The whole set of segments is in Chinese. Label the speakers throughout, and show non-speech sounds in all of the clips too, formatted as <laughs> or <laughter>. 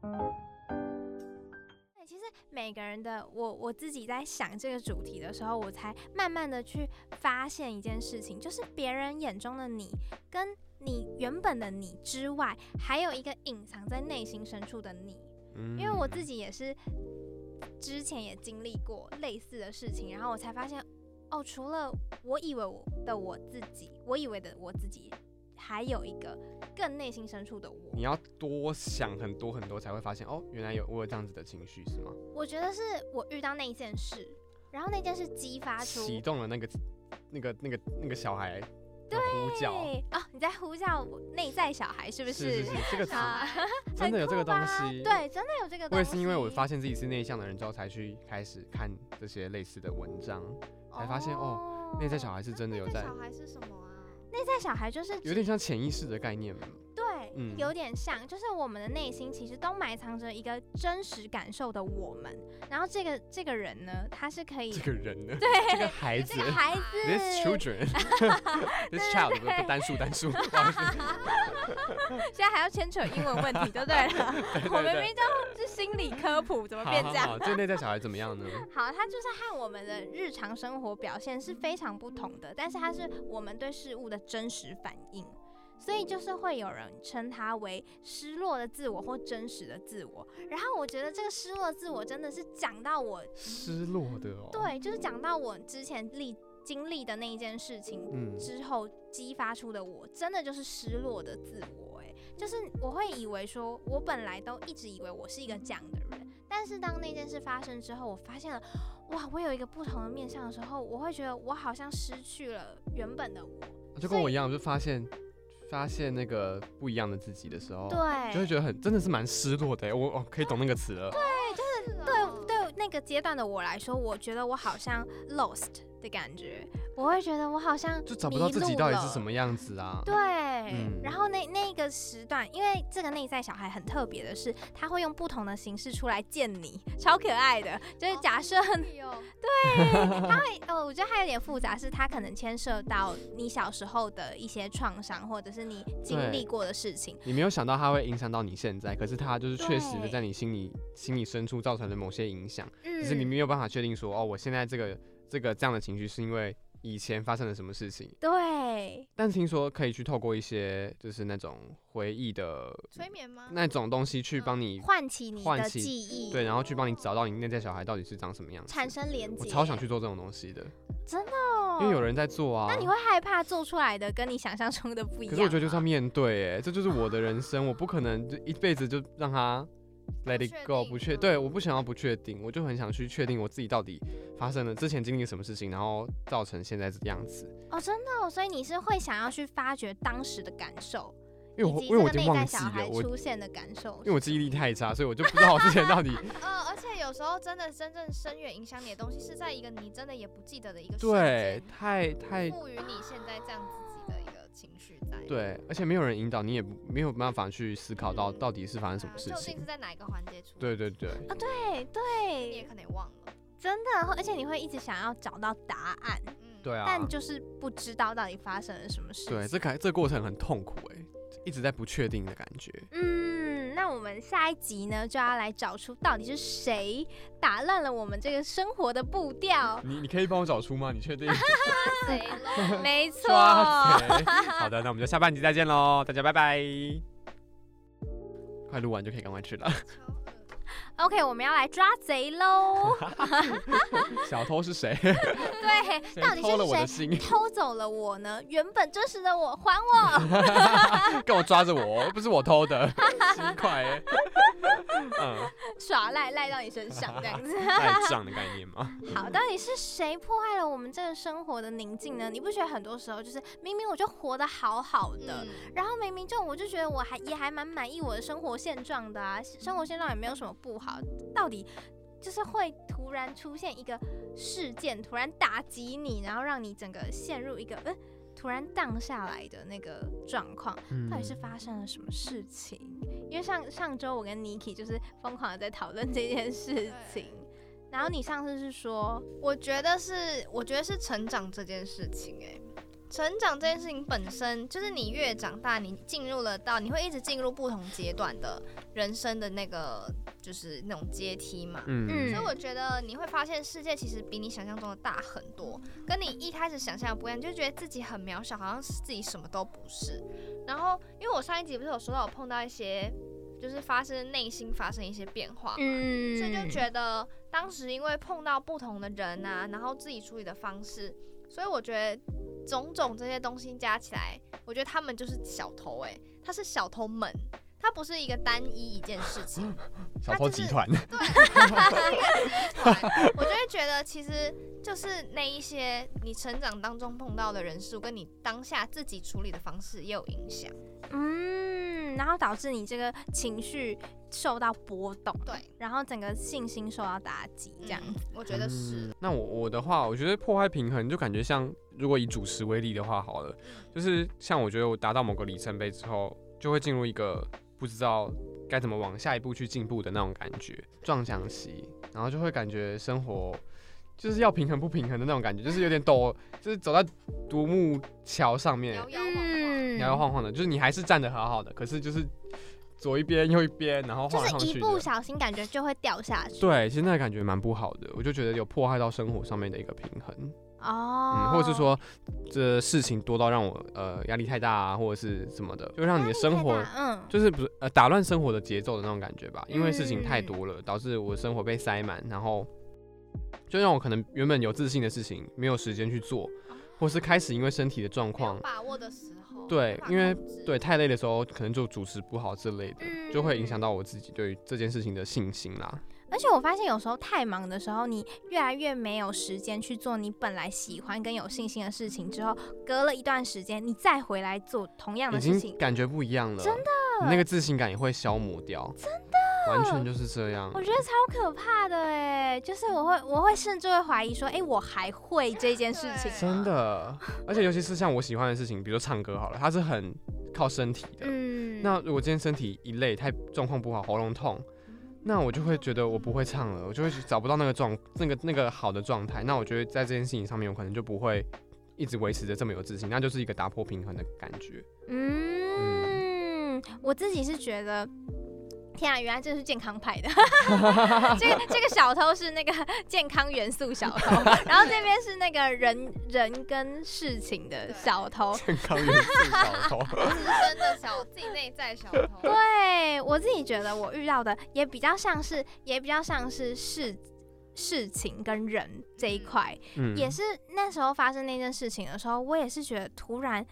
Speaker 1: 对，哎其实每个人的我我自己在想这个主题的时候，我才慢慢的去发现一件事情，就是别人眼中的你跟你原本的你之外，还有一个隐藏在内心深处的你。
Speaker 2: 因
Speaker 1: 因为我自己也是之前也经历过类似的事情，然后我才发现，哦，除了我以为我的我自己，我以为的我自己，还有一个更内心深处的我。
Speaker 2: 你要多想很多很多才会发现哦，原来有我有这样子的情绪是吗？
Speaker 1: 我觉得是我遇到那一件事，然后那件事激发出
Speaker 2: 启动了那个那个那个那个小孩的呼叫，
Speaker 1: 对哦，你在呼叫我内在小孩是不
Speaker 2: 是是是这个词
Speaker 1: 啊， <laughs>
Speaker 2: 真的有这个东
Speaker 1: 很酷
Speaker 2: 西。
Speaker 1: 吧对，真的有这个东西。
Speaker 2: 我也是因为我发现自己是内向的人之后，才去开始看这些类似的文章，才发现哦，
Speaker 1: 哦
Speaker 2: 内在小孩是真的有在，
Speaker 3: 小孩是什么啊？
Speaker 1: 内在小孩就是
Speaker 2: 有点像潜意识的概念嘛。
Speaker 1: 对，
Speaker 2: 嗯
Speaker 1: 有点像，就是我们的内心其实都埋藏着一个真实感受的我们，然后这个这个人呢，他是可以
Speaker 2: 这个人
Speaker 1: <laughs>
Speaker 2: 呢？对，这个孩子
Speaker 1: 这个孩子
Speaker 2: ，this children，this child 不不单数单数，不好意思
Speaker 1: 现在还要牵扯英文问题，就对了。
Speaker 2: <laughs> 对
Speaker 1: 我们
Speaker 2: 对
Speaker 1: 明明就是心理科普，怎么变这样？
Speaker 2: 好好好，这个内在小孩怎么样呢？
Speaker 1: 好，它就是和我们的日常生活表现是非常不同的，但是它是我们对事物的真实反应，所以就是会有人称它为失落的自我或真实的自我。然后我觉得这个失落的自我真的是讲到我，
Speaker 2: 失落的哦。，
Speaker 1: 对，就是讲到我之前历经历的那一件事情
Speaker 2: 嗯，
Speaker 1: 之后激发出的我，真的就是失落的自我、欸。就是我会以为说，我本来都一直以为我是一个这样的人，但是当那件事发生之后，我发现了，哇，我有一个不同的面向的时候，我会觉得我好像失去了原本的我。
Speaker 2: 就跟我一样，就发现发现那个不一样的自己的时候，哦就会
Speaker 1: 对，
Speaker 2: 觉得很真的是蛮失落的欸。我哦，可以懂那个词了。
Speaker 3: 哦
Speaker 1: 对，对，那个阶段的我来说，我觉得我好像 lost 的感觉，我会觉得我好像
Speaker 2: 就找不到自己到底是什
Speaker 1: 么。
Speaker 2: 么样子啊。
Speaker 1: 对，
Speaker 2: 嗯
Speaker 1: 然后那那个时段，因为这个内在小孩很特别的是，他会用不同的形式出来见你，超可爱的。就是假设，
Speaker 3: 哦
Speaker 1: <laughs> 呃，我觉得还有点复杂，是他可能牵涉到你小时候的一些创伤，或者是你经历
Speaker 2: 对
Speaker 1: 过的事情。
Speaker 2: 你没有想到它会影响到你现在，可是它就是确实的
Speaker 1: 对
Speaker 2: 在你心里心里深处造成了某些影响，
Speaker 1: 嗯
Speaker 2: 只是你没有办法确定说，哦，我现在这个这个这样的情绪是因为以前发生了什么事情。
Speaker 1: 对，
Speaker 2: 但听说可以去透过一些就是那种回忆的
Speaker 3: 催眠吗？
Speaker 2: 那种东西去帮你
Speaker 1: 唤起你
Speaker 2: 唤
Speaker 1: 的
Speaker 2: 起
Speaker 1: 记忆，
Speaker 2: 对，然后去帮你找到你内在小孩到底是长什么样子。
Speaker 1: 产生连接。
Speaker 2: 我超想去做这种东西的，
Speaker 1: 哦，
Speaker 2: 因为有人在做啊。
Speaker 1: 那你会害怕做出来的跟你想象中的不一样啊
Speaker 2: 可
Speaker 1: 吗？
Speaker 2: 是我觉得就是要面对，哎，这就是我的人
Speaker 1: <laughs>
Speaker 2: 生，我不可能就一辈子就让它 let
Speaker 3: 不
Speaker 2: it
Speaker 3: 确
Speaker 2: go，
Speaker 3: 定
Speaker 2: 不确，
Speaker 3: 嗯
Speaker 2: 对，我不想要不确定，我就很想去确定我自己到底发生了之前经历了什么事情，然后造成现在这样子。
Speaker 1: 哦，真的哦、所以你是会想要去发掘当时的感受。
Speaker 2: 因为
Speaker 1: 以
Speaker 2: 我
Speaker 1: 及
Speaker 2: 因为我已
Speaker 1: 这个
Speaker 2: 经
Speaker 1: 内
Speaker 2: 忘
Speaker 1: 在
Speaker 2: 记
Speaker 1: 小
Speaker 2: 了
Speaker 1: 孩，
Speaker 2: 我
Speaker 1: 出现的感受，
Speaker 2: 因为我记忆力太差，所以我就不知道我之前
Speaker 1: <laughs>
Speaker 2: 到底
Speaker 3: 呃，而且有时候真的真正深远影响你的东西，是在一个你真的也不记得的一个
Speaker 2: 对
Speaker 3: 瞬
Speaker 2: 太太
Speaker 3: 间，赋予你现在这样自己的一个情绪在。
Speaker 2: 对，而且没有人引导，你也不没有办法去思考到
Speaker 3: 嗯
Speaker 2: 到底是发生
Speaker 3: 啊，
Speaker 2: 什么事
Speaker 3: 究
Speaker 2: 情
Speaker 3: 竟。是在哪一个环节出？
Speaker 2: 对，对对，
Speaker 1: 啊对
Speaker 3: 你也
Speaker 2: 嗯
Speaker 1: 对，
Speaker 3: 可能也忘了。
Speaker 1: 真的，而且你会一直想要找到答案，
Speaker 3: 嗯，
Speaker 2: 对啊，
Speaker 1: 但就是不知道到底发生了什么事情。
Speaker 2: 对，这个这个过程很痛苦哎、一直在不确定的感觉。
Speaker 1: 嗯，那我们下一集呢，就要来找出到底是谁打乱了我们这个生活的步调。
Speaker 2: <laughs> 你你可以帮我找出吗？你确定？ <laughs>
Speaker 3: 谁
Speaker 1: 哎
Speaker 3: 喽？
Speaker 1: 没错，
Speaker 2: 抓谁？好的，那我们就下半集再见喽，大家拜拜。快录完就可以赶快去了，
Speaker 3: 超恶
Speaker 1: OK，我们要来抓贼
Speaker 2: <laughs>
Speaker 1: 喽！
Speaker 2: 小偷是谁？
Speaker 1: 对，
Speaker 2: 谁
Speaker 1: 到底
Speaker 2: 偷了
Speaker 1: 是
Speaker 2: 我的
Speaker 1: 谁
Speaker 2: 心， <laughs>
Speaker 1: 偷走了我呢？原本真实的我，还我！
Speaker 2: 跟我抓着我，不是我偷的，奇怪哎、嗯，
Speaker 1: 耍赖赖到你身上这样子。
Speaker 2: 赖 <laughs> 账的概念嘛。
Speaker 1: 好，到底是谁破坏了我们这个生活的宁静呢？你不觉得很多时候就是明明我就活得好好的，
Speaker 3: 嗯
Speaker 1: 然后明明就我就觉得我还也还蛮满意我的生活现状的啊，生活现状也没有什么不好，到底就是会突然出现一个事件，突然打击你，然后让你整个陷入一个嗯。突然荡下来的那个状况，
Speaker 2: 嗯
Speaker 1: 到底是发生了什么事情？因为上上周我跟 Niki 就是疯狂的在讨论这件事情，然后你上次是说，
Speaker 3: 我觉得是，我觉得是成长这件事情、欸，成长这件事情本身就是你越长大，你进入了到你会一直进入不同阶段的人生的那个就是那种阶梯嘛。
Speaker 2: 嗯
Speaker 3: 所以我觉得你会发现，世界其实比你想象中的大很多，跟你一开始想象的不一样，你就觉得自己很渺小，好像是自己什么都不是。然后，因为我上一集不是有说到我碰到一些，就是发生内心发生一些变化嘛，
Speaker 1: 嗯
Speaker 3: 所以就觉得当时因为碰到不同的人啊，然后自己处理的方式，所以我觉得种种这些东西加起来，我觉得他们就是小偷哎、他是小偷们，他不是一个单一一件事情，
Speaker 2: <laughs> 小
Speaker 3: 他
Speaker 2: 偷
Speaker 3: 就
Speaker 2: 集
Speaker 3: 是
Speaker 2: 团， <laughs>
Speaker 3: 我就会觉得其实就是那一些你成长当中碰到的人事物，跟你当下自己处理的方式也有影响。
Speaker 1: 嗯，然后导致你这个情绪受到波动，
Speaker 3: 对，
Speaker 1: 然后整个信心受到打击，这样
Speaker 3: 嗯，我觉得是。
Speaker 2: 嗯那我我的话，我觉得破坏平衡就感觉像，如果以主食为例的话，好了，就是像我觉得我达到某个里程碑之后，就会进入一个不知道该怎么往下一步去进步的那种感觉，撞墙期，然后就会感觉生活就是要平衡不平衡的那种感觉，就是有点抖，就是走在独木桥上面，
Speaker 3: 摇摇晃
Speaker 1: 嗯
Speaker 3: 晃，
Speaker 2: 摇摇，晃晃的，就是你还是站得好好的，可是就是左一边右一边，然后晃来
Speaker 1: 就
Speaker 2: 晃
Speaker 1: 是
Speaker 2: 去
Speaker 1: 一
Speaker 2: 的。
Speaker 1: 不小心感觉就会掉下去，
Speaker 2: 对，其实那个感觉蛮不好的，我就觉得有破坏到生活上面的一个平衡，
Speaker 1: 哦
Speaker 2: 嗯，，或者是说这事情多到让我呃压力太大啊，或者是什么的，就让你的生
Speaker 1: 压
Speaker 2: 活
Speaker 1: 力太大嗯，
Speaker 2: 就是不是呃打乱生活的节奏的那种感觉吧，因为事情太
Speaker 1: 嗯
Speaker 2: 多了，导致我的生活被塞满，然后就让我可能原本有自信的事情没有时间去做，或是开始因为身体的状
Speaker 3: 没有
Speaker 2: 况，
Speaker 3: 把握的时候，
Speaker 2: 对
Speaker 3: 无法
Speaker 2: 因为
Speaker 3: 控制
Speaker 2: 对，太累的时候，可能就主持不好之类的，
Speaker 1: 嗯
Speaker 2: 就会影响到我自己对于这件事情的信心啦。
Speaker 1: 而且我发现有时候太忙的时候，你越来越没有时间去做你本来喜欢跟有信心的事情，之后隔了一段时间，你再回来做同样
Speaker 2: 已
Speaker 1: 的事
Speaker 2: 经
Speaker 1: 情，
Speaker 2: 感觉不一样了，
Speaker 1: 真
Speaker 2: 的，那个自信感也会消磨掉，真的，完全就是这样。
Speaker 1: 我觉得超可怕的哎！就是我会，我会甚至会怀疑说，哎、我还会这件事情
Speaker 3: 对，
Speaker 2: 真，的，而且尤其是像我喜欢的事情，比如说唱歌好了，它是很靠身体的。
Speaker 1: 嗯，
Speaker 2: 那如果今天身体一累，太状况不好，喉咙痛，那我就会觉得我不会唱了，我就会找不到那个状那个那个好的状态。那我觉得在这件事情上面，我可能就不会一直维持着这么有自信，那就是一个打破平衡的感觉。
Speaker 1: 嗯，我自己是觉得。天啊，原来这是健康派的， <laughs> 这个这个小偷是那个 <laughs> 健康元素小偷，然后这边是那个人人跟事情的小偷， <laughs>
Speaker 2: 健康元素小偷，
Speaker 3: 自身的小自己内在小偷，
Speaker 1: 对我自己觉得，我遇到的也比较像是，也比较像是事事情跟人这一块，
Speaker 2: 嗯
Speaker 1: 也是那时候发生那件事情的时候，我也是觉得突然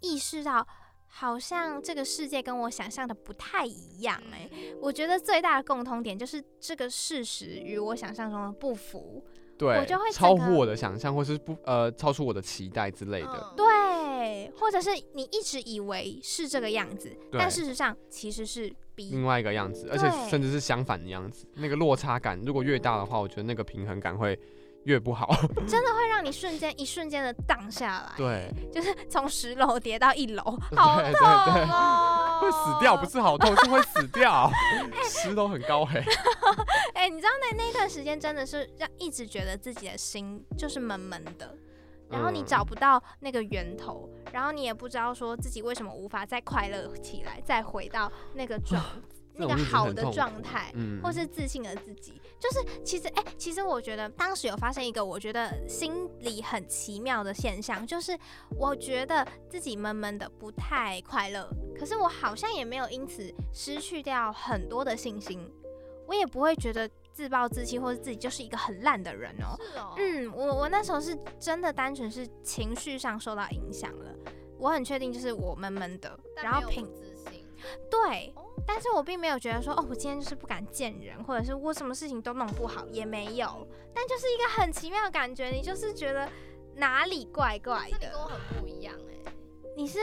Speaker 1: 意识到，好像这个世界跟我想象的不太一样哎、我觉得最大的共通点就是这个事实与我想象中的不符。
Speaker 2: 对，
Speaker 1: 我就会
Speaker 2: 超
Speaker 1: 整
Speaker 2: 乎
Speaker 1: 个
Speaker 2: 我的想象，或是不呃超出我的期待之类的。
Speaker 3: 嗯，
Speaker 1: 对，或者是你一直以为是这个样子，
Speaker 2: 对嗯
Speaker 1: 但事实上其实是 B
Speaker 2: 另外一个样子，而且
Speaker 1: 嗯对
Speaker 2: 甚至是相反的样子，那个落差感如果越大的话，我觉得那个平衡感会越不
Speaker 1: <laughs>
Speaker 2: 好。
Speaker 1: 真的会让你瞬间一瞬间的荡下来，
Speaker 2: 对，
Speaker 1: 就是从十楼跌到一
Speaker 2: <laughs>
Speaker 1: 楼，好
Speaker 2: 对对对，
Speaker 1: 哦，
Speaker 2: 会死掉，不是好痛，是会死
Speaker 1: <laughs>
Speaker 2: 掉。石头很高哎、
Speaker 1: 哎、你知道那那段时间真的是让一直觉得自己的心就是闷闷的，然后你
Speaker 2: 嗯
Speaker 1: 找不到那个源头，然后你也不知道说自己为什么无法再快乐起来，再回到那个状
Speaker 2: 这
Speaker 1: 那
Speaker 2: 种
Speaker 1: 个
Speaker 2: 日子
Speaker 1: 好
Speaker 2: 很
Speaker 1: 的
Speaker 2: 痛
Speaker 1: 状
Speaker 2: 苦
Speaker 1: 态。
Speaker 2: 嗯，
Speaker 1: 或是自信的自己，就是其实哎、其实我觉得当时有发生一个我觉得心里很奇妙的现象，就是我觉得自己闷闷的不太快乐，可是我好像也没有因此失去掉很多的信心，我也不会觉得自暴自弃或者自己就是一个很烂的人哦。
Speaker 3: 是哦，
Speaker 1: 嗯，我我那时候是真的单纯是情绪上受到影响了，我很确定就是我闷闷的，
Speaker 3: 但
Speaker 1: 然后
Speaker 3: 没有
Speaker 1: 平
Speaker 3: 不自信，
Speaker 1: 对
Speaker 3: 哦，
Speaker 1: 但是我并没有觉得说，哦，我今天就是不敢见人，或者是我什么事情都弄不好，也没有。但就是一个很奇妙的感觉，你就是觉得哪里怪怪
Speaker 3: 这你跟我
Speaker 1: 的。
Speaker 3: 很不一样哎、
Speaker 1: 你你是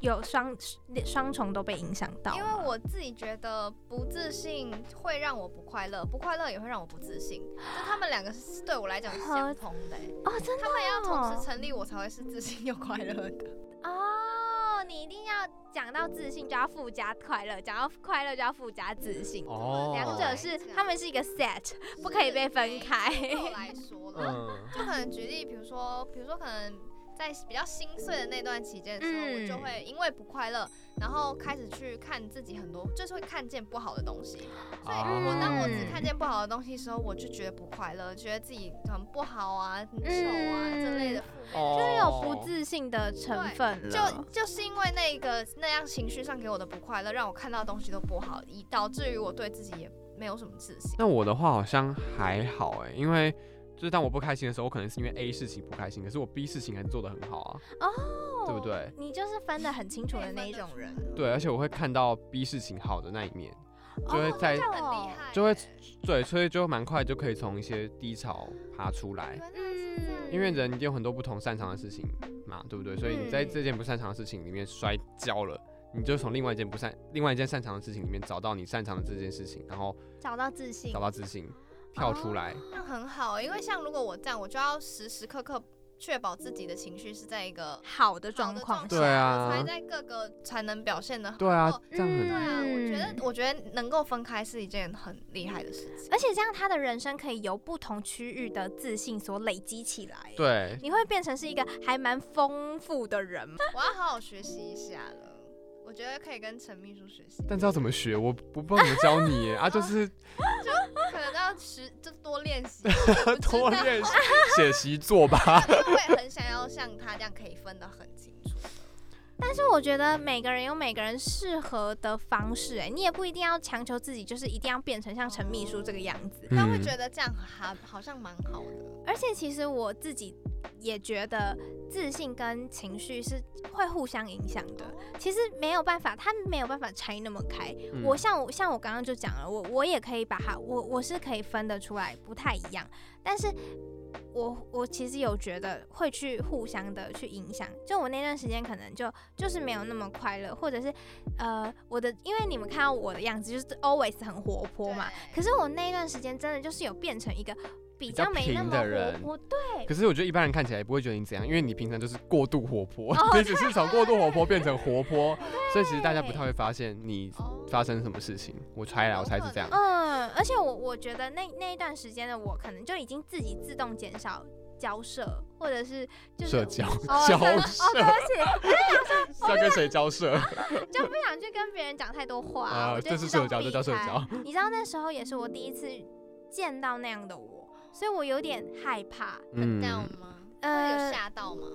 Speaker 1: 有双双重都被影响到吗，
Speaker 3: 因为我自己觉得不自信会让我不快乐，不快乐也会让我不自信，就他们两个是对我来讲是相通的欸、
Speaker 1: 哦，真的
Speaker 3: 他们要同
Speaker 1: 哦
Speaker 3: 时成立，我才会是自信又快乐的。
Speaker 1: 哦，你一定要讲到自信就要附加快乐，讲到快乐就要附加自信，
Speaker 2: 哦
Speaker 1: 两者是他们是一个 set，不可以被分开
Speaker 3: 是没错对我
Speaker 1: <laughs>
Speaker 3: 来说了，
Speaker 2: 嗯，
Speaker 3: 就可能举例，比如说，比如说可能。在比较心碎的那段期间的时候，我就
Speaker 1: 嗯
Speaker 3: 会因为不快乐，然后开始去看自己很多，就是会看见不好的东西。所以
Speaker 2: 啊
Speaker 3: 我当我
Speaker 1: 嗯
Speaker 3: 只看见不好的东西的时候，我就觉得不快乐，觉得自己很不好啊、很丑啊、
Speaker 1: 嗯
Speaker 3: 这类的负面的。
Speaker 2: 哦
Speaker 1: 就是有不自信的成分
Speaker 3: 就
Speaker 1: 了。
Speaker 3: 就是因为那个那样情绪上给我的不快乐，让我看到的东西都不好，以导致于我对自己也没有什么自信。
Speaker 2: 嗯那我的话好像还好哎、因为就是当我不开心的时候，我可能是因为 A 事情不开心，可是我 B 事情还是做得很好啊，
Speaker 1: 哦
Speaker 2: 对不对？
Speaker 1: 你就是分得很清楚的那一种
Speaker 3: <laughs>
Speaker 1: 人，
Speaker 2: 对，而且我会看到 B 事情好的那一面，就会
Speaker 1: 哦
Speaker 2: 在
Speaker 1: 那这样
Speaker 3: 很厉害耶，
Speaker 2: 就会对，所以就蛮快就可以从一些低潮爬出来
Speaker 3: 原。来是
Speaker 1: 嗯
Speaker 3: 这样
Speaker 2: 因为人有很多不同擅长的事情嘛，对不对？所以你在这件不擅长的事情里面摔跤了，你就从另外一件不擅、另外一件擅长的事情里面找到你擅长的这件事情，然后
Speaker 1: 找到自信
Speaker 2: 找，到自信，跳出来。
Speaker 3: 那很好，因为像如果我这样，我就要时时刻刻确保自己的情绪是在一个
Speaker 1: 好的
Speaker 3: 好
Speaker 1: 状
Speaker 3: 的
Speaker 1: 况
Speaker 3: 状
Speaker 2: 对
Speaker 1: 下，
Speaker 3: 态
Speaker 2: 啊
Speaker 3: 我才在各个才能表现的。
Speaker 2: 对啊
Speaker 3: 哦，
Speaker 2: 这样
Speaker 3: 对
Speaker 2: 很
Speaker 3: 啊，我觉
Speaker 1: 嗯
Speaker 3: 得我觉得能够分开是一件很厉害的事情。
Speaker 1: 而且这样他的人生可以由不同区域的自信所累积起来。
Speaker 2: 对，
Speaker 1: 你会变成是一个还蛮丰富的人吗，
Speaker 3: 我要好好学习一下了，我觉得可以跟陈秘书学习，
Speaker 2: 但知道怎么学，我不不知道怎么教你耶啊，就是，
Speaker 3: 可能都要实就多练习
Speaker 2: <laughs> 多练习写习作
Speaker 3: <laughs>
Speaker 2: 吧。
Speaker 3: 习。因为我也很想要像他这样可以分得很清楚。
Speaker 1: 但是我觉得每个人有每个人适合的方式、哎，你也不一定要强求自己，就是一定要变成像陈秘书这个样子。
Speaker 2: 嗯
Speaker 3: 但会觉得这样还好像蛮好的，
Speaker 1: 而且其实我自己也觉得自信跟情绪是会互相影响的，其实没有办法，他没有办法拆那么开。
Speaker 2: 嗯
Speaker 1: 我像我像我刚刚就讲了，我我也可以把它，我我是可以分得出来，不太一样。但是我我其实有觉得会去互相的去影响，就我那段时间可能就就是没有那么快乐，或者是呃我的，因为你们看到我的样子就是 always 很活泼嘛，
Speaker 3: 对
Speaker 1: 可是我那段时间真的就是有变成一个比
Speaker 2: 较
Speaker 1: 较没那
Speaker 2: 平
Speaker 1: 么
Speaker 2: 的人
Speaker 1: 活泼，对，
Speaker 2: 可是我觉得一般人看起来也不会觉得你怎样，因为你平常就是过度活泼，
Speaker 1: 哦
Speaker 2: <laughs> 你只是从过度活泼变成活泼，所以其实大家不太会发现你
Speaker 3: 哦
Speaker 2: 发生什么事情。我猜
Speaker 1: 哦
Speaker 2: 啦，
Speaker 3: 有
Speaker 2: 我猜是这样
Speaker 3: 可。
Speaker 1: 嗯，而且我我觉得那那一段时间的我，可能就已经自己自动减少交涉，或者是就是
Speaker 2: 社交 <laughs>
Speaker 1: 哦
Speaker 2: 交
Speaker 1: 真的哦，对
Speaker 2: 涉，
Speaker 1: 不
Speaker 2: 是要跟谁交涉？
Speaker 1: 起，就不想去跟别人讲太多话，
Speaker 2: 啊
Speaker 1: 我就
Speaker 2: 这是
Speaker 1: 自动
Speaker 2: 社交这
Speaker 1: 避
Speaker 2: 叫社
Speaker 1: 开
Speaker 2: 交。
Speaker 1: 你知道那时候也是我第一次见到那样的我，所以我有点害怕，
Speaker 2: 嗯
Speaker 3: 很 down 吗？会有
Speaker 1: 呃，
Speaker 3: 吓到吗？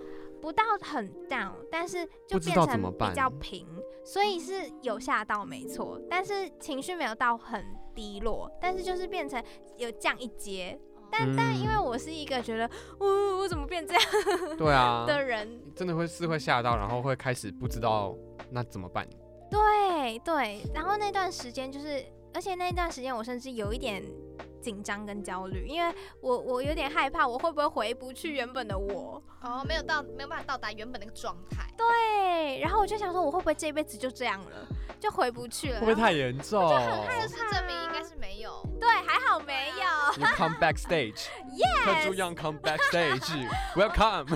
Speaker 1: 不到很 down，但是就
Speaker 2: 不知
Speaker 1: 变
Speaker 2: 道
Speaker 1: 成
Speaker 2: 怎么
Speaker 1: 比较
Speaker 2: 办
Speaker 1: 平，所以是有吓到没错，但是情绪没有到很低落，但是就是变成有降一阶。但、但因为
Speaker 2: 嗯
Speaker 1: 我是一个觉得，我、我怎么变这样
Speaker 2: 对
Speaker 1: <laughs>
Speaker 2: 啊，
Speaker 1: 的人？
Speaker 2: 真的会是会吓到，然后会开始不知道那怎么办。
Speaker 1: 对对，然后那段时间就是，而且那段时间我甚至有一点紧张跟焦虑，因为我我有点害怕我会不会回不去原本的我。
Speaker 3: 哦，没有到，没有办法到达原本那个状态。
Speaker 1: 对，然后我就想说，我会不会这辈子就这样了，就回不去
Speaker 2: 会
Speaker 1: 了？
Speaker 2: 不会
Speaker 1: 然后
Speaker 2: 太严重
Speaker 3: 事实证明应该是没有。啊
Speaker 1: 对，还好没有。
Speaker 2: ？You come
Speaker 1: <laughs>
Speaker 2: backstage. Yes. 朱 Young come backstage.
Speaker 1: <laughs>
Speaker 2: Welcome.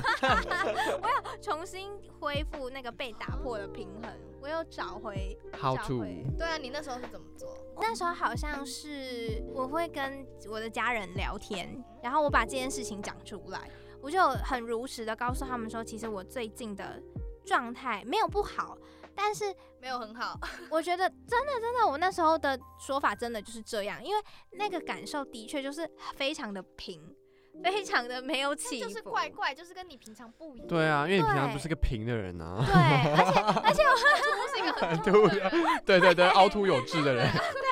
Speaker 1: 重新恢复那个被打破的平衡，我又找回。
Speaker 2: How
Speaker 1: 找
Speaker 2: to？
Speaker 1: 回
Speaker 3: 对啊，你那时候是怎么做？
Speaker 1: 那时候好像是我会跟我的家人聊天，然后我把这件事情讲出来，我就很如实的告诉他们说，其实我最近的状态没有不好，但是
Speaker 3: 没有很好，
Speaker 1: 我觉得真的真的，我那时候的说法真的就是这样，因为那个感受的确就是非常的平，非常的没有起伏，
Speaker 3: 就是怪怪，就是跟你平常不一样。 <laughs>
Speaker 2: 对啊，因为你平常
Speaker 1: 对
Speaker 2: 不是个平的人啊。
Speaker 1: <laughs> 对，而且而且
Speaker 3: 我是一个很
Speaker 2: 突然，对对对，凹凸有致的人，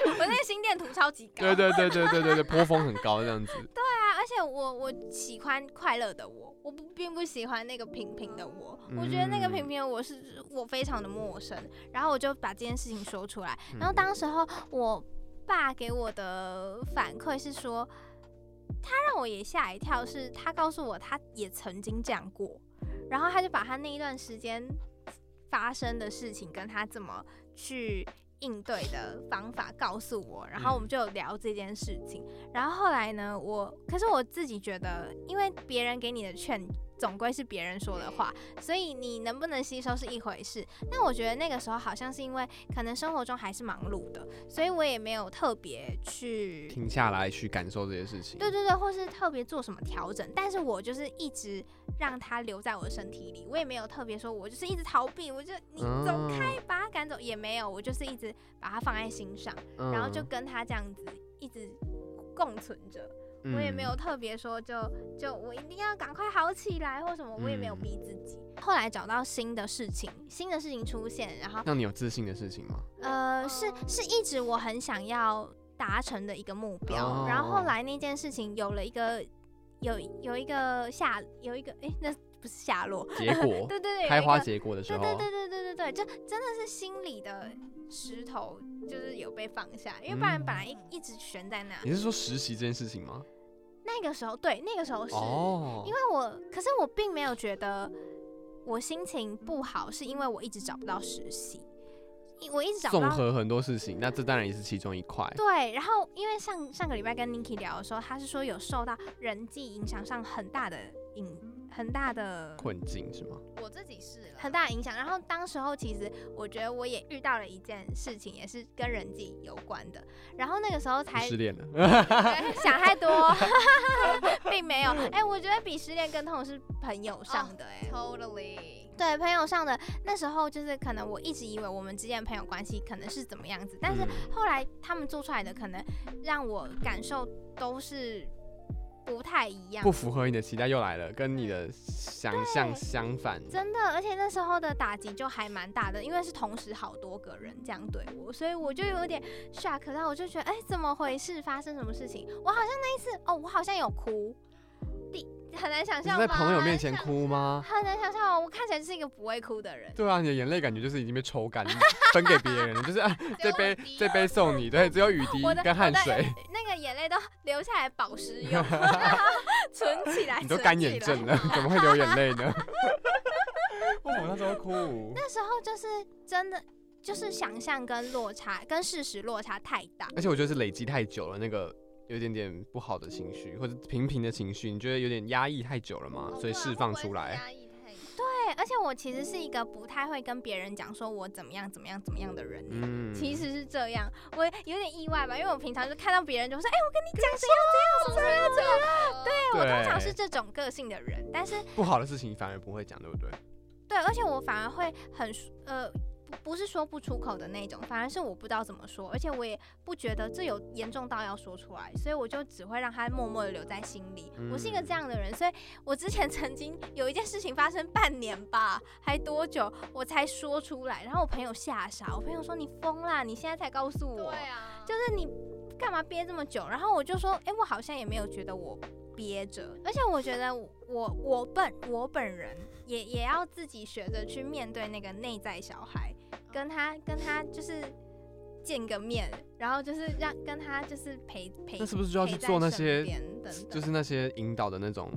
Speaker 1: 我那个心电图超级高，
Speaker 2: 对对对对对对对，波峰很高这样子。
Speaker 1: 啊，而且我我喜欢快乐的我，我不并不喜欢那个平平的我，我觉得那个平
Speaker 2: 嗯
Speaker 1: 平的我是我非常的陌生，然后我就把这件事情说出来，然后当时候我爸给我的反馈是说，他让我也吓一跳，是他告诉我他也曾经这样过，然后他就把他那一段时间发生的事情跟他怎么去应对的方法告诉我，然后我们就有聊这件事情。然后后来呢，我可是我自己觉得，因为别人给你的劝总归是别人说的话，
Speaker 2: 嗯
Speaker 1: 所以你能不能吸收是一回事。但我觉得那个时候好像是因为可能生活中还是忙碌的，所以我也没有特别去
Speaker 2: 停下来去感受这些事情。
Speaker 1: 对对对，或是特别做什么调整，但是我就是一直让它留在我的身体里，我也没有特别说，我就是一直逃避，我就你走
Speaker 2: 嗯
Speaker 1: 开，把它赶走，也没有，我就是一直把它放在心上，
Speaker 2: 嗯，
Speaker 1: 然后就跟它这样子一直共存着，我也没有
Speaker 2: 嗯
Speaker 1: 特别说就就我一定要赶快好起来或什么，我也没有
Speaker 2: 嗯
Speaker 1: 逼自己。后来找到新的事情，新的事情出现，然后
Speaker 2: 让你有自信的事情吗？
Speaker 1: <laughs> 呃，是
Speaker 3: 哦
Speaker 1: 是一直我很想要达成的一个目标，
Speaker 2: 哦
Speaker 1: 然后后来那件事情有了一个有有一个下有一个诶，那不是下落，
Speaker 2: 结果
Speaker 1: 对对对，有
Speaker 2: 开
Speaker 1: 一
Speaker 2: 花
Speaker 1: 个
Speaker 2: 结果的时
Speaker 1: 对
Speaker 2: 候，
Speaker 1: 对对对对对对，就真的是心里的石头就是有被放下，因为不然
Speaker 2: 嗯
Speaker 1: 本来一一直悬在那，
Speaker 2: 你是说实习这件事情吗？
Speaker 1: 那个时候对那个时候是，
Speaker 2: 哦，
Speaker 1: 因为我可是我并没有觉得我心情不好，是因为我一直找不到实习，一我一直找不
Speaker 2: 综
Speaker 1: 到
Speaker 2: 合很多事情，那这当然也是其中一块。
Speaker 1: 对，然后因为上上个礼拜跟 Niki 聊的时候，他是说有受到人际影响上很大的影很大的呃
Speaker 2: 困境是吗？
Speaker 3: 我自己是啦
Speaker 1: 很大的影响。然后当时候其实我觉得我也遇到了一件事情，也是跟人际有关的。然后那个时候才
Speaker 2: 你失恋了，
Speaker 1: 想太多， <laughs>
Speaker 2: <laughs>
Speaker 1: 并没有。哎、我觉得比失恋更痛的是朋友上的、哎、
Speaker 3: ，totally，
Speaker 1: 对朋友上的那时候就是可能我一直以为我们之间的朋友关系可能是怎么样子，但是
Speaker 2: 嗯
Speaker 1: 后来他们做出来的可能让我感受都是不太一样
Speaker 2: 不，符合你的期待又来了，跟你的想象
Speaker 1: 对
Speaker 2: 相反。
Speaker 1: 真的，而且那时候的打击就还蛮大的，因为是同时好多个人这样对我，所以我就有点 shock，然后我就觉得，哎、怎么回事？发生什么事情？我好像那一次，哦，我好像有哭，第很难想
Speaker 2: 你是
Speaker 1: 象
Speaker 2: 在
Speaker 1: 吧
Speaker 2: 朋友面
Speaker 1: <laughs>
Speaker 2: 前哭吗？
Speaker 1: 很难想象哦，我看起来是一个不会哭的人，
Speaker 2: 对啊，你的眼泪感觉就是已经被抽干，分给别人了，就是、 <laughs> 啊、 <laughs> 这杯
Speaker 3: 只有雨滴
Speaker 2: 这杯送你，对，只有雨滴
Speaker 1: 啊我的
Speaker 2: 跟汗
Speaker 1: 我的
Speaker 2: 水， <laughs>
Speaker 1: <laughs> 那个眼泪都流下来保湿用，存起来，
Speaker 2: 你都
Speaker 1: 存
Speaker 2: 干
Speaker 1: 起
Speaker 2: 眼
Speaker 1: 来
Speaker 2: 症
Speaker 1: <laughs>
Speaker 2: 了，怎么会流眼泪呢？ <laughs> 为什么那时候哭？
Speaker 1: 那时候就是真的，就是想象跟落差跟事实落差太大。
Speaker 2: 而且我觉得是累积太久了，那个有一点点不好的情绪或者平平的情绪，你觉得有点压抑太久了嘛，
Speaker 3: 哦
Speaker 2: 所以
Speaker 3: 对啊
Speaker 2: 释
Speaker 3: 会
Speaker 2: 放
Speaker 3: 不会
Speaker 2: 出
Speaker 3: 是
Speaker 2: 来。
Speaker 3: 压抑太久
Speaker 1: 对，而且我其实是一个不太会跟别人讲说我怎么样怎么样怎么样的人。
Speaker 2: 嗯
Speaker 1: 其实是这样，我有点意外吧，因为我平常就看到别人就说，哎、我跟你讲怎样怎样怎样怎样，
Speaker 3: 了
Speaker 1: 对
Speaker 3: 对，
Speaker 1: 我通
Speaker 2: 嗯对
Speaker 1: 常
Speaker 2: 啊
Speaker 1: 是这种个性的人，但是
Speaker 2: 不好的事情反而不会讲，对不对？
Speaker 1: 对，而且我反而会很呃，不不是说不出口的那种，反而是我不知道怎么说，而且我也不觉得这有严重到要说出来，所以我就只会让它默默的留在心里。我是一个这样的人，所以我之前 <laughs> 曾经有一件事情发生半年吧，还多久我才说出来，然后我朋友吓傻，我朋友说你疯啦，你现在才告诉我，
Speaker 3: 对啊，
Speaker 1: 就是你干嘛憋这么久？然后我就说，哎、我好像也没有觉得我憋着，而且我觉得我我我本我本人也也要自己学着去面对那个内在小孩，跟他跟他就是见个面，然后就是让跟他就是陪陪
Speaker 2: 那。是不是就要去
Speaker 1: 陪在
Speaker 2: 做那
Speaker 1: 身
Speaker 2: 些
Speaker 1: 边等等
Speaker 2: 就是那些引导的那种？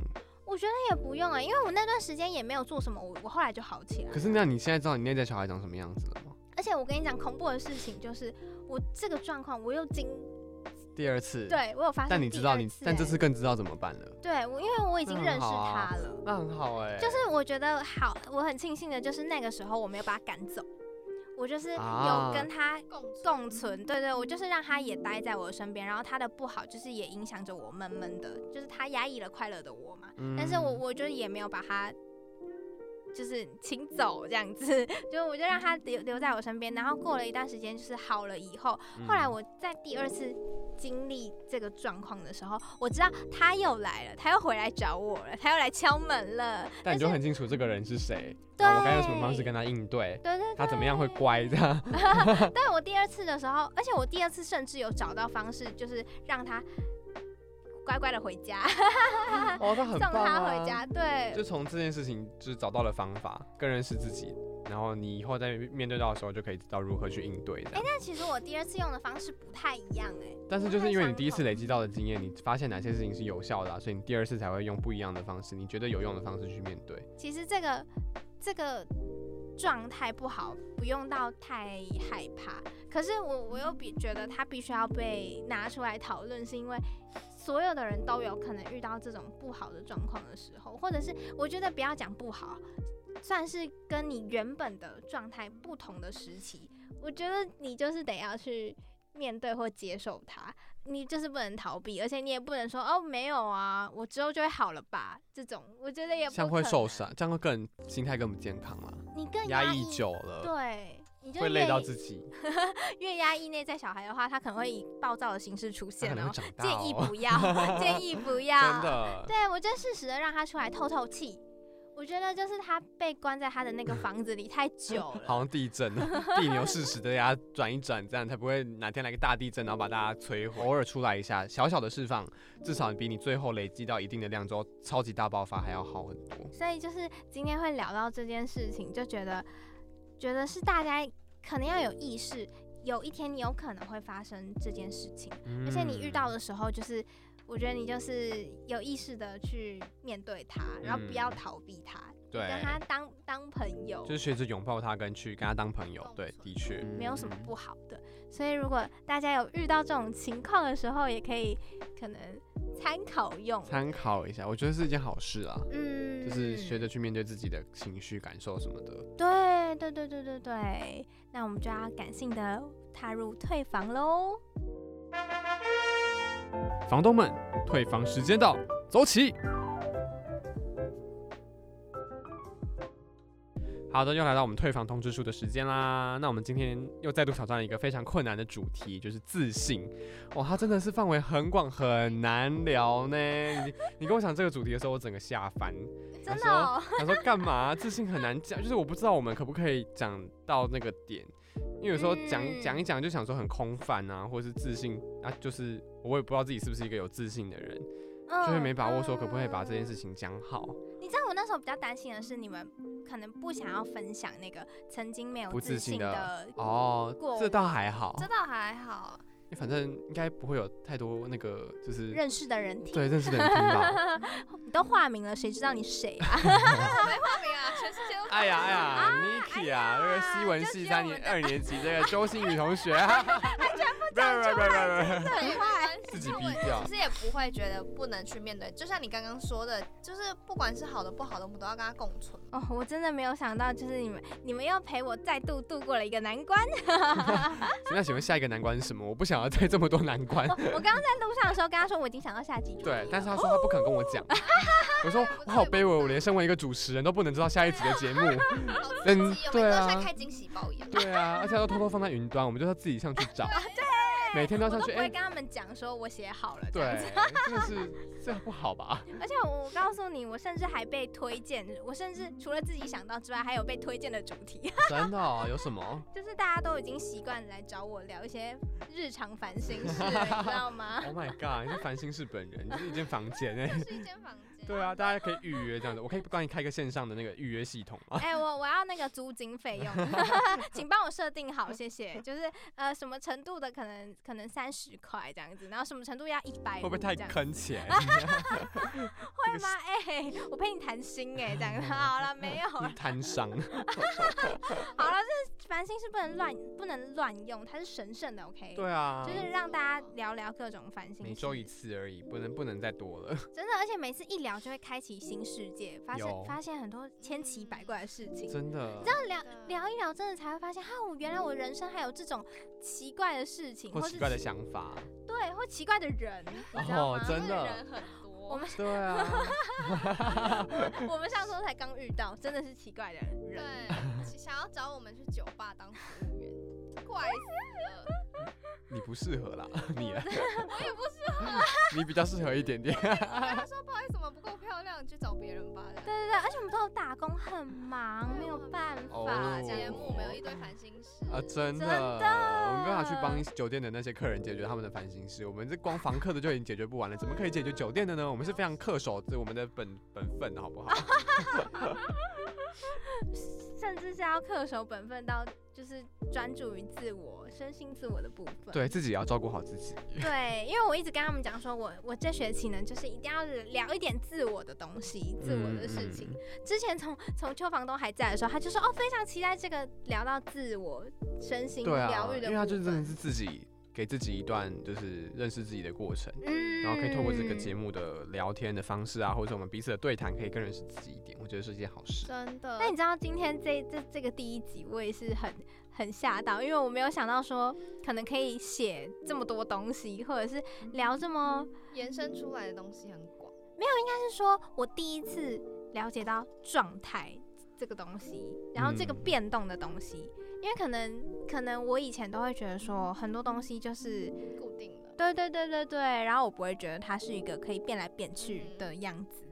Speaker 1: 我觉得也不用啊、因为我那段时间也没有做什么，我我后来就好起来了
Speaker 2: 可。是那你现在知道你内在小孩长什么样子了吗？
Speaker 1: 而且我跟你讲，恐怖的事情就是我这个状况，我又经
Speaker 2: 第二次，，
Speaker 1: 对我有发生第二次欸、
Speaker 2: 但你知道你，但这次更知道怎么办了，
Speaker 1: 对我，因为我已经
Speaker 2: 那很
Speaker 1: 认识
Speaker 2: 好啊
Speaker 1: 他了。
Speaker 2: 那很好哎、
Speaker 1: 就是我觉得好，我很庆幸的就是那个时候我没有把他赶走，我就是有
Speaker 2: 啊
Speaker 1: 跟他
Speaker 3: 共
Speaker 1: 共存，对对，我就是让他也待在我的身边，然后他的不好就是也影响着我闷闷的，就是他压抑了快乐的我嘛，
Speaker 2: 嗯
Speaker 1: 但是我我就也没有把他。就是请走这样子， <laughs> 就我就让他留留在我身边，然后过了一段时间，就是好了以后，
Speaker 2: 嗯
Speaker 1: 后来我在第二次经历这个状况的时候，我知道他又来了，他又回来找我了，他又来敲门了。
Speaker 2: 但你
Speaker 1: 是
Speaker 2: 就很清楚这个人是谁，哦
Speaker 1: 对
Speaker 2: 然后我该用什么方式跟他应对，
Speaker 1: 对对对，
Speaker 2: 他怎么样会乖这样。
Speaker 1: 但我第二次的时候，而且我第二次甚至有找到方式，就是让他乖乖的回家，
Speaker 2: 哦，他很
Speaker 1: 送
Speaker 2: 棒、啊、
Speaker 1: 他回家。对
Speaker 2: 就从这件事情就是找到了方法，更认识自己，然后你以后在面对到的时候就可以知道如何去应对这样。
Speaker 1: 但其实我第二次用的方式不太一样哎、
Speaker 2: 但是就是
Speaker 1: 太
Speaker 2: 因为
Speaker 1: 伤
Speaker 2: 你第一次
Speaker 1: 口
Speaker 2: 累积到的经验，你发现哪些事情是有效的、啊，所以你第二次才会用不一样的方式，你觉得有用的方式去面对。
Speaker 1: 其实这个这个状态不好，不用到太害怕。可是我我又比觉得他必须要被拿出来讨论，是因为所有的人都有可能遇到这种不好的状况的时候，或者是我觉得不要讲不好，算是跟你原本的状态不同的时期，我觉得你就是得要去面对或接受它，你就是不能逃避，而且你也不能说哦没有啊，我之后就会好了吧，这种我觉得也不
Speaker 2: 这样会
Speaker 1: 可
Speaker 2: 受
Speaker 1: 能，
Speaker 2: 伤，这样会更心态更不健康了，
Speaker 1: 你更
Speaker 2: 压抑
Speaker 1: 抑
Speaker 2: 久了
Speaker 1: 对，你就
Speaker 2: 会累到
Speaker 1: 越
Speaker 2: 自己，
Speaker 1: <laughs> 越压抑内在小孩的话，他可能会以暴躁的形式出
Speaker 2: 他
Speaker 1: 现
Speaker 2: 可能
Speaker 1: 哦
Speaker 2: 会。长大
Speaker 1: 建
Speaker 2: <laughs>
Speaker 1: 议
Speaker 2: 哦，
Speaker 1: 不要，建
Speaker 2: <laughs>
Speaker 1: 议不要。
Speaker 2: 真的，
Speaker 1: 对我觉得适时的让他出来透透气。我觉得就是他被关在他的
Speaker 2: <laughs>
Speaker 1: 那个房子里太久了，
Speaker 2: 好像地震 <laughs> 哦，地牛适时的给它转一转，这样才不会哪天来个大地震，然后把大家摧毁。偶尔出来一下，小小的释放，至少比你最后累积到一定的量之后，超级大爆发还要好很多。
Speaker 1: 所以就是今天会聊到这件事情，就觉得觉得是大家可能要有意识，有一天你有可能会发生这件事情，而且你遇到
Speaker 2: 嗯
Speaker 1: 的时候，就是我觉得你就是有意识的去面对它，然后不要
Speaker 2: 嗯
Speaker 1: 逃避它，
Speaker 2: 对，
Speaker 1: 跟他当当朋友，
Speaker 2: 就是学着拥抱他，跟去跟他当朋友
Speaker 3: 共。
Speaker 2: 对，
Speaker 3: 存
Speaker 2: 的确
Speaker 1: 嗯没有什么不好的。所以如果大家有遇到这种情况的时候，也可以可能参考用。
Speaker 2: 参考一下，我觉得是一件好事啊，
Speaker 1: 嗯
Speaker 2: 就是学着去面对自己的情绪、感受什么的。
Speaker 1: 对对对对对对，那我们就要感性的踏入退房喽。
Speaker 2: 房东们，退房时间到，走起！好的，又来到我们退房通知书的时间啦。那我们今天又再度挑战了一个非常困难的主题，就是自信。哇，它真的是范围很广，很难聊呢。你你跟我讲这个主题的时候，我整个下凡。
Speaker 1: 真的、哦，
Speaker 2: 他说干嘛、啊自信很难讲，就是我不知道我们可不可以讲到那个点，因为有时候讲
Speaker 1: 嗯
Speaker 2: 讲、一讲就想说很空泛啊，或者是自信啊，就是我也不知道自己是不是一个有自信的人，
Speaker 1: 嗯
Speaker 2: 就会没把握说可不可以把这件事情
Speaker 1: 情。
Speaker 2: 讲好。
Speaker 1: 你知道我那时候比较担心的是，你们可能不想要分享那个曾经没有
Speaker 2: 不自信
Speaker 1: 信
Speaker 2: 的
Speaker 1: 的
Speaker 2: 哦
Speaker 1: 过，
Speaker 2: 这倒还好，
Speaker 3: 这倒还好，
Speaker 2: 反正应该不会有太多那个就是
Speaker 1: 认识的人听。
Speaker 2: 对认识的人听吧。
Speaker 1: <laughs> 你都化名了，谁知道你
Speaker 2: <laughs>
Speaker 1: 谁啊？
Speaker 3: 没话明啊，全世界都
Speaker 2: 哎呀哎呀，Niki 啊，那个西文
Speaker 1: 就
Speaker 2: 系
Speaker 1: 只有
Speaker 2: 三
Speaker 1: 我
Speaker 2: 年
Speaker 1: 的
Speaker 2: 二年级这个周星宇同
Speaker 1: <laughs>
Speaker 2: 学，哈哈哈不要不要不要不要不要
Speaker 1: 这很坏。
Speaker 2: 自己逼掉
Speaker 3: 其。实也不会觉得不能去面对，就像你刚刚说的，就是不管是好的不好的，我们都要跟他共存。
Speaker 1: 哦，我真的没有想到，就是你们，你们又陪我再度度过了一个难
Speaker 2: <laughs>
Speaker 1: 关。
Speaker 2: 那请问下一个难关是什么？我不想要再这么多难关
Speaker 1: 我。我刚刚在路上的时候跟他说，我已经想到下集主题了
Speaker 2: <laughs> 对，但是他说他不肯跟我
Speaker 1: <laughs>
Speaker 2: 讲。我说我好卑微，我连身为一个主持人都不能知道下一集的节
Speaker 1: <laughs>
Speaker 2: 目。
Speaker 3: 好刺
Speaker 2: 嗯
Speaker 3: 激哦，每
Speaker 2: 对
Speaker 3: 个
Speaker 2: 啊
Speaker 3: 都像开惊喜包一样。
Speaker 2: 对啊，而且他都偷偷放在云端，我们就要自己上去找。每天都
Speaker 1: 啊我
Speaker 2: 要
Speaker 1: 都
Speaker 2: 上
Speaker 1: 不
Speaker 2: 去。
Speaker 1: 会
Speaker 2: 哎
Speaker 1: 跟，他们讲说我写好了。这样
Speaker 2: 对，真的是这样不好吧？
Speaker 1: <laughs> 而且我我告诉你，我甚至还被推荐，我甚至除了自己想到之外，还有被推荐的主题， <laughs>
Speaker 2: 真的哦有什么？
Speaker 1: 就是大家都已经习惯来找我聊一些日常烦
Speaker 2: <laughs>
Speaker 1: 心事了，你知道吗？
Speaker 2: Oh my god！你是烦心事本人，就是一间房间哎、
Speaker 3: 是一间房间。
Speaker 2: 对啊，大家可以预约这样子，我可以帮你开个线上的那个预约系统吗？
Speaker 1: 哎、我我要那个租金费用， <laughs> 请帮我设定好，谢谢。就是呃，什么程度的可能可能三十块这样子，然后什么程度要一百，
Speaker 2: 会不会太
Speaker 1: 哎这样
Speaker 2: 坑
Speaker 1: <laughs>
Speaker 2: 钱？ <laughs>
Speaker 1: 会吗？哎、我陪你谈心哎、这样好了，没有
Speaker 2: <laughs>
Speaker 1: 了，
Speaker 2: 摊商。
Speaker 1: 好了，这烦心是不能乱不能乱用，它是神圣的，OK。
Speaker 2: 对啊，
Speaker 1: 就是让大家聊聊各种烦心事，
Speaker 2: 每周一次而已，不能不能再多了。
Speaker 1: 真的，而且每次一聊就会开启新世界，发
Speaker 2: 有
Speaker 1: 现发现很多千奇百怪的事情。
Speaker 2: 真的，
Speaker 1: 聊
Speaker 3: 真的
Speaker 1: 聊一聊，真的才会发现，哈，我原来我人生还有这种奇怪的事情，
Speaker 2: 或
Speaker 1: 或
Speaker 2: 奇怪的想法，
Speaker 1: 对，或奇怪的
Speaker 2: <laughs>
Speaker 1: 人，你知道
Speaker 2: 哦
Speaker 1: 吗？，
Speaker 2: 真
Speaker 3: 的
Speaker 2: 的，
Speaker 3: 人很多。
Speaker 1: 我们
Speaker 2: 对啊，
Speaker 1: 我们上周才刚遇到，真的是奇怪的人。
Speaker 3: 对，其想要找我们去酒吧当服务员，怪死了。
Speaker 2: <laughs> 你不适合啦，你啊
Speaker 3: 我也不是，
Speaker 2: <laughs> 你比较适合一点点。
Speaker 3: 他说不好意思，我们不够漂亮，你去找别人吧。
Speaker 1: 对对对，而且我们都有打工，很忙，没有办法
Speaker 2: 哦
Speaker 3: 法
Speaker 1: 这
Speaker 3: 节
Speaker 1: 样。
Speaker 3: 目没有一堆烦心事
Speaker 2: 啊，真的，
Speaker 1: 真的
Speaker 2: 我们没办法去帮酒店的那些客人解决他们的烦心事，我们这光房客的就已经解决不完了，怎么可以解决酒店的呢？我们是非常恪守这我们的本本分的，好不好？
Speaker 1: 甚至是要恪守本分到就是专注于自我、身心自我的部分。
Speaker 2: 对自己也要照顾好自己。
Speaker 1: 对，因为我一直跟他们讲说我，我这学期呢，就是一定要聊一点自我的东西，自我的事情。
Speaker 2: 嗯
Speaker 1: 之前从从邱房东还在的时候，他就说哦，非常期待这个聊到自我身心
Speaker 2: 对啊
Speaker 1: 疗，愈
Speaker 2: 因
Speaker 1: 的、
Speaker 2: 为他就真的是自己给自己一段就是认识自己的过程，
Speaker 1: 嗯，
Speaker 2: 然后可以透过这个节。目的聊天的方式啊，或者我们彼此的对谈，可以更认识自己一点，我觉得是一件好事。
Speaker 3: 真的
Speaker 1: 那。你知道今天这这这个第一集，我也是很很吓到，因为我没有想到说可能可以写这么多东西，或者是聊这么
Speaker 3: 延伸出来的东西很广，
Speaker 1: 就是说我第一次了解到状态这个东西，然后这个
Speaker 2: 嗯
Speaker 1: 变动的东西，因为可能可能我以前都会觉得说很多东西就是
Speaker 3: 固定的。
Speaker 1: 对对对对对，然后我不会觉得它是一个可以变来变去
Speaker 3: 嗯
Speaker 1: 的样子。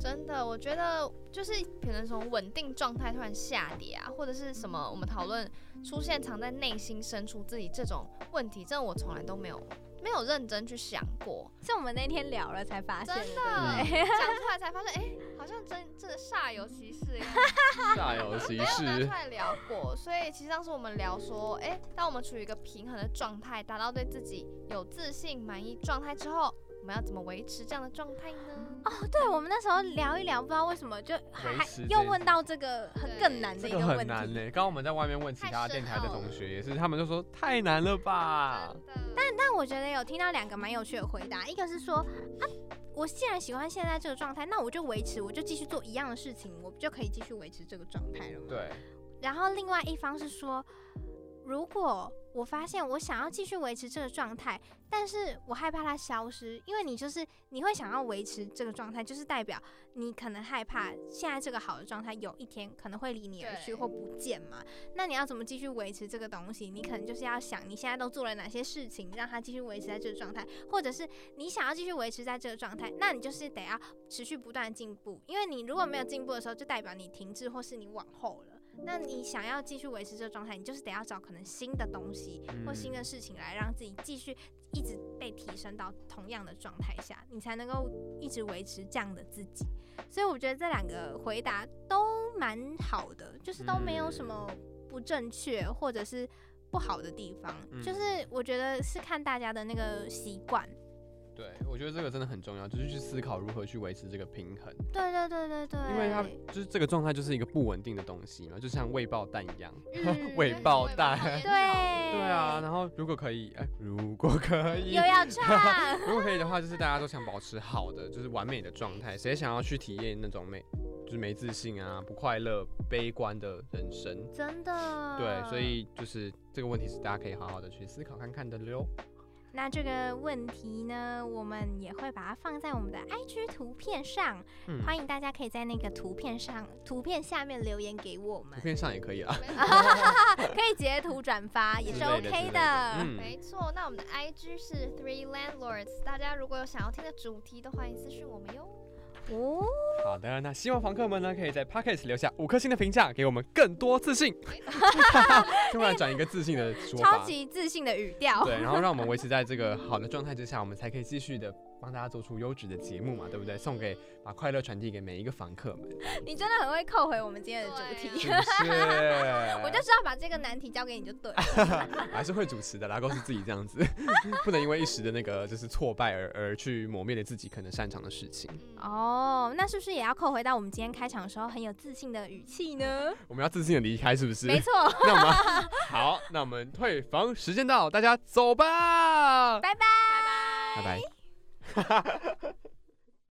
Speaker 3: 真的，我觉得就是可能从稳定状态突然下跌啊，或者是什么，我们讨论出现藏在内心深处自己这种问题，这我从来都没有没有认真去想过，
Speaker 1: 是我们那天聊了才发现
Speaker 3: 真
Speaker 1: 的， <laughs>
Speaker 3: 的
Speaker 1: 对
Speaker 3: 讲
Speaker 1: 不对
Speaker 3: 出来才发现，哎、好像真真的煞有其事耶，
Speaker 2: 煞有啊其 <laughs>
Speaker 3: 没有拿出来聊过。所以其实当时我们聊说，哎、当我们处于一个平衡的状态，达到对自己有自信、满意状态之后，我们要怎么维持这样的状态呢？
Speaker 1: 哦，对，我们那时候聊一聊，不知道为什么就还
Speaker 2: 持这
Speaker 1: 又
Speaker 2: 一
Speaker 1: 问
Speaker 2: 集
Speaker 1: 到这个很更难的
Speaker 2: 这
Speaker 1: 一
Speaker 2: 个
Speaker 1: 个问
Speaker 2: 很
Speaker 1: 题。
Speaker 2: 难欸呢、刚刚我们在外面问其
Speaker 3: 太
Speaker 2: 他
Speaker 3: 深
Speaker 2: 电台的
Speaker 3: 奥了
Speaker 2: 同学也是，他们就说太难了吧。
Speaker 3: 真的，但
Speaker 1: 但我觉得有听到两个蛮有趣的回答，一个是说啊，我既然喜欢现在这个状态，那我就维持，我就继续做一样的事情，我不就可以继续维持这个状态了吗？。
Speaker 2: 对，
Speaker 1: 然后另外一方是说，如果我发现我想要继续维持这个状态，但是我害怕它消失，因为你就是你会想要维持这个状态，就是代表你可能害怕现在这个好的状态有一天可能会离你而去
Speaker 3: 对
Speaker 1: 或不见嘛。那你要怎么继续维持这个东西？你可能就是要想你现在都做了哪些事情，让它继续维持在这个状态，或者是你想要继续维持在这个状态，那你就是得要持续不断的进步，因为你如果没有进步的时候，就代表你停滞或是你往后了。那你想要继续维持这个状态，你就是得要找可能新的东西
Speaker 2: 嗯
Speaker 1: 或新的事情来让自己继续一直被提升到同样的状态下，你才能够一直维持这样的自己。所以我觉得这两个回答都蛮好的，就是都没有什么不正确或者是不好的地方，
Speaker 2: 嗯
Speaker 1: 就是我觉得是看大家的那个习惯。
Speaker 2: 对，我觉得这个真的很重要，就是去思考如何去维持这个平衡，
Speaker 1: 对对对对对，
Speaker 2: 因为它就是这个状态就是一个不稳定的东西嘛，就像未爆弹一样。
Speaker 1: <laughs> 嗯
Speaker 2: 尾爆弹
Speaker 3: 对
Speaker 1: 对对
Speaker 2: 对啊，，然后如果可以，哎、如果可以
Speaker 1: 又，要唱。
Speaker 2: <laughs> 如果可以的话，就是大家都想保持好的，就是完美的状态，谁想要去体验那种没，就是没自信啊、不快乐、悲观的人生？
Speaker 1: <laughs> 真的。
Speaker 2: 对，所以就是这个问题是大家可以好好的去思考看看的哟。
Speaker 1: 那这个问题呢，我们也会把它放在我们的 IG 图片上，
Speaker 2: 嗯，
Speaker 1: 欢迎大家可以在那个图片上、图片下面留言给我们
Speaker 2: <laughs> 图，片上也可以啊啦，
Speaker 1: 可以截图转发也
Speaker 2: 之
Speaker 1: 是
Speaker 2: 类的之
Speaker 1: OK
Speaker 2: 类的。嗯，
Speaker 3: 没错，那我们的 IG 是 Three Landlords，大家如果有想要听的主题，都欢迎私讯我们哟。
Speaker 1: 哦，
Speaker 2: 好的，那希望房客们呢可以在 Pocket 留下五颗星的评价，给我们更多自
Speaker 1: <laughs>
Speaker 2: 信。 <laughs> 突然转一个自信的说法，
Speaker 1: 哎超级自信的语调。
Speaker 2: 对，然后让我们维持在这个好的状态之下，我们才可以继续的帮大家做出优质的节目嘛，对不对？送给把快乐传递给每一个房客们，
Speaker 1: 你真的很会扣回我们今天的主
Speaker 2: 是不
Speaker 1: 题。
Speaker 2: 是？
Speaker 1: 我就知道把这个难题交给你就对了。
Speaker 2: <laughs> 还是会主持的啦，告诉自己这样子， <laughs> 不能因为一时的那个就是挫败而而去磨灭了自己可能擅长的事情。
Speaker 3: 哦，
Speaker 1: 哦，那是不是也要扣回到我们今天开场的时候很有自信的语气呢？
Speaker 2: 我们要自信的离开，是不是？
Speaker 1: 没错，
Speaker 2: <laughs> 那我
Speaker 1: <laughs>
Speaker 2: 们好，那我们退房时间到，大家走吧，
Speaker 1: 拜拜，拜 <laughs>
Speaker 2: 拜拜。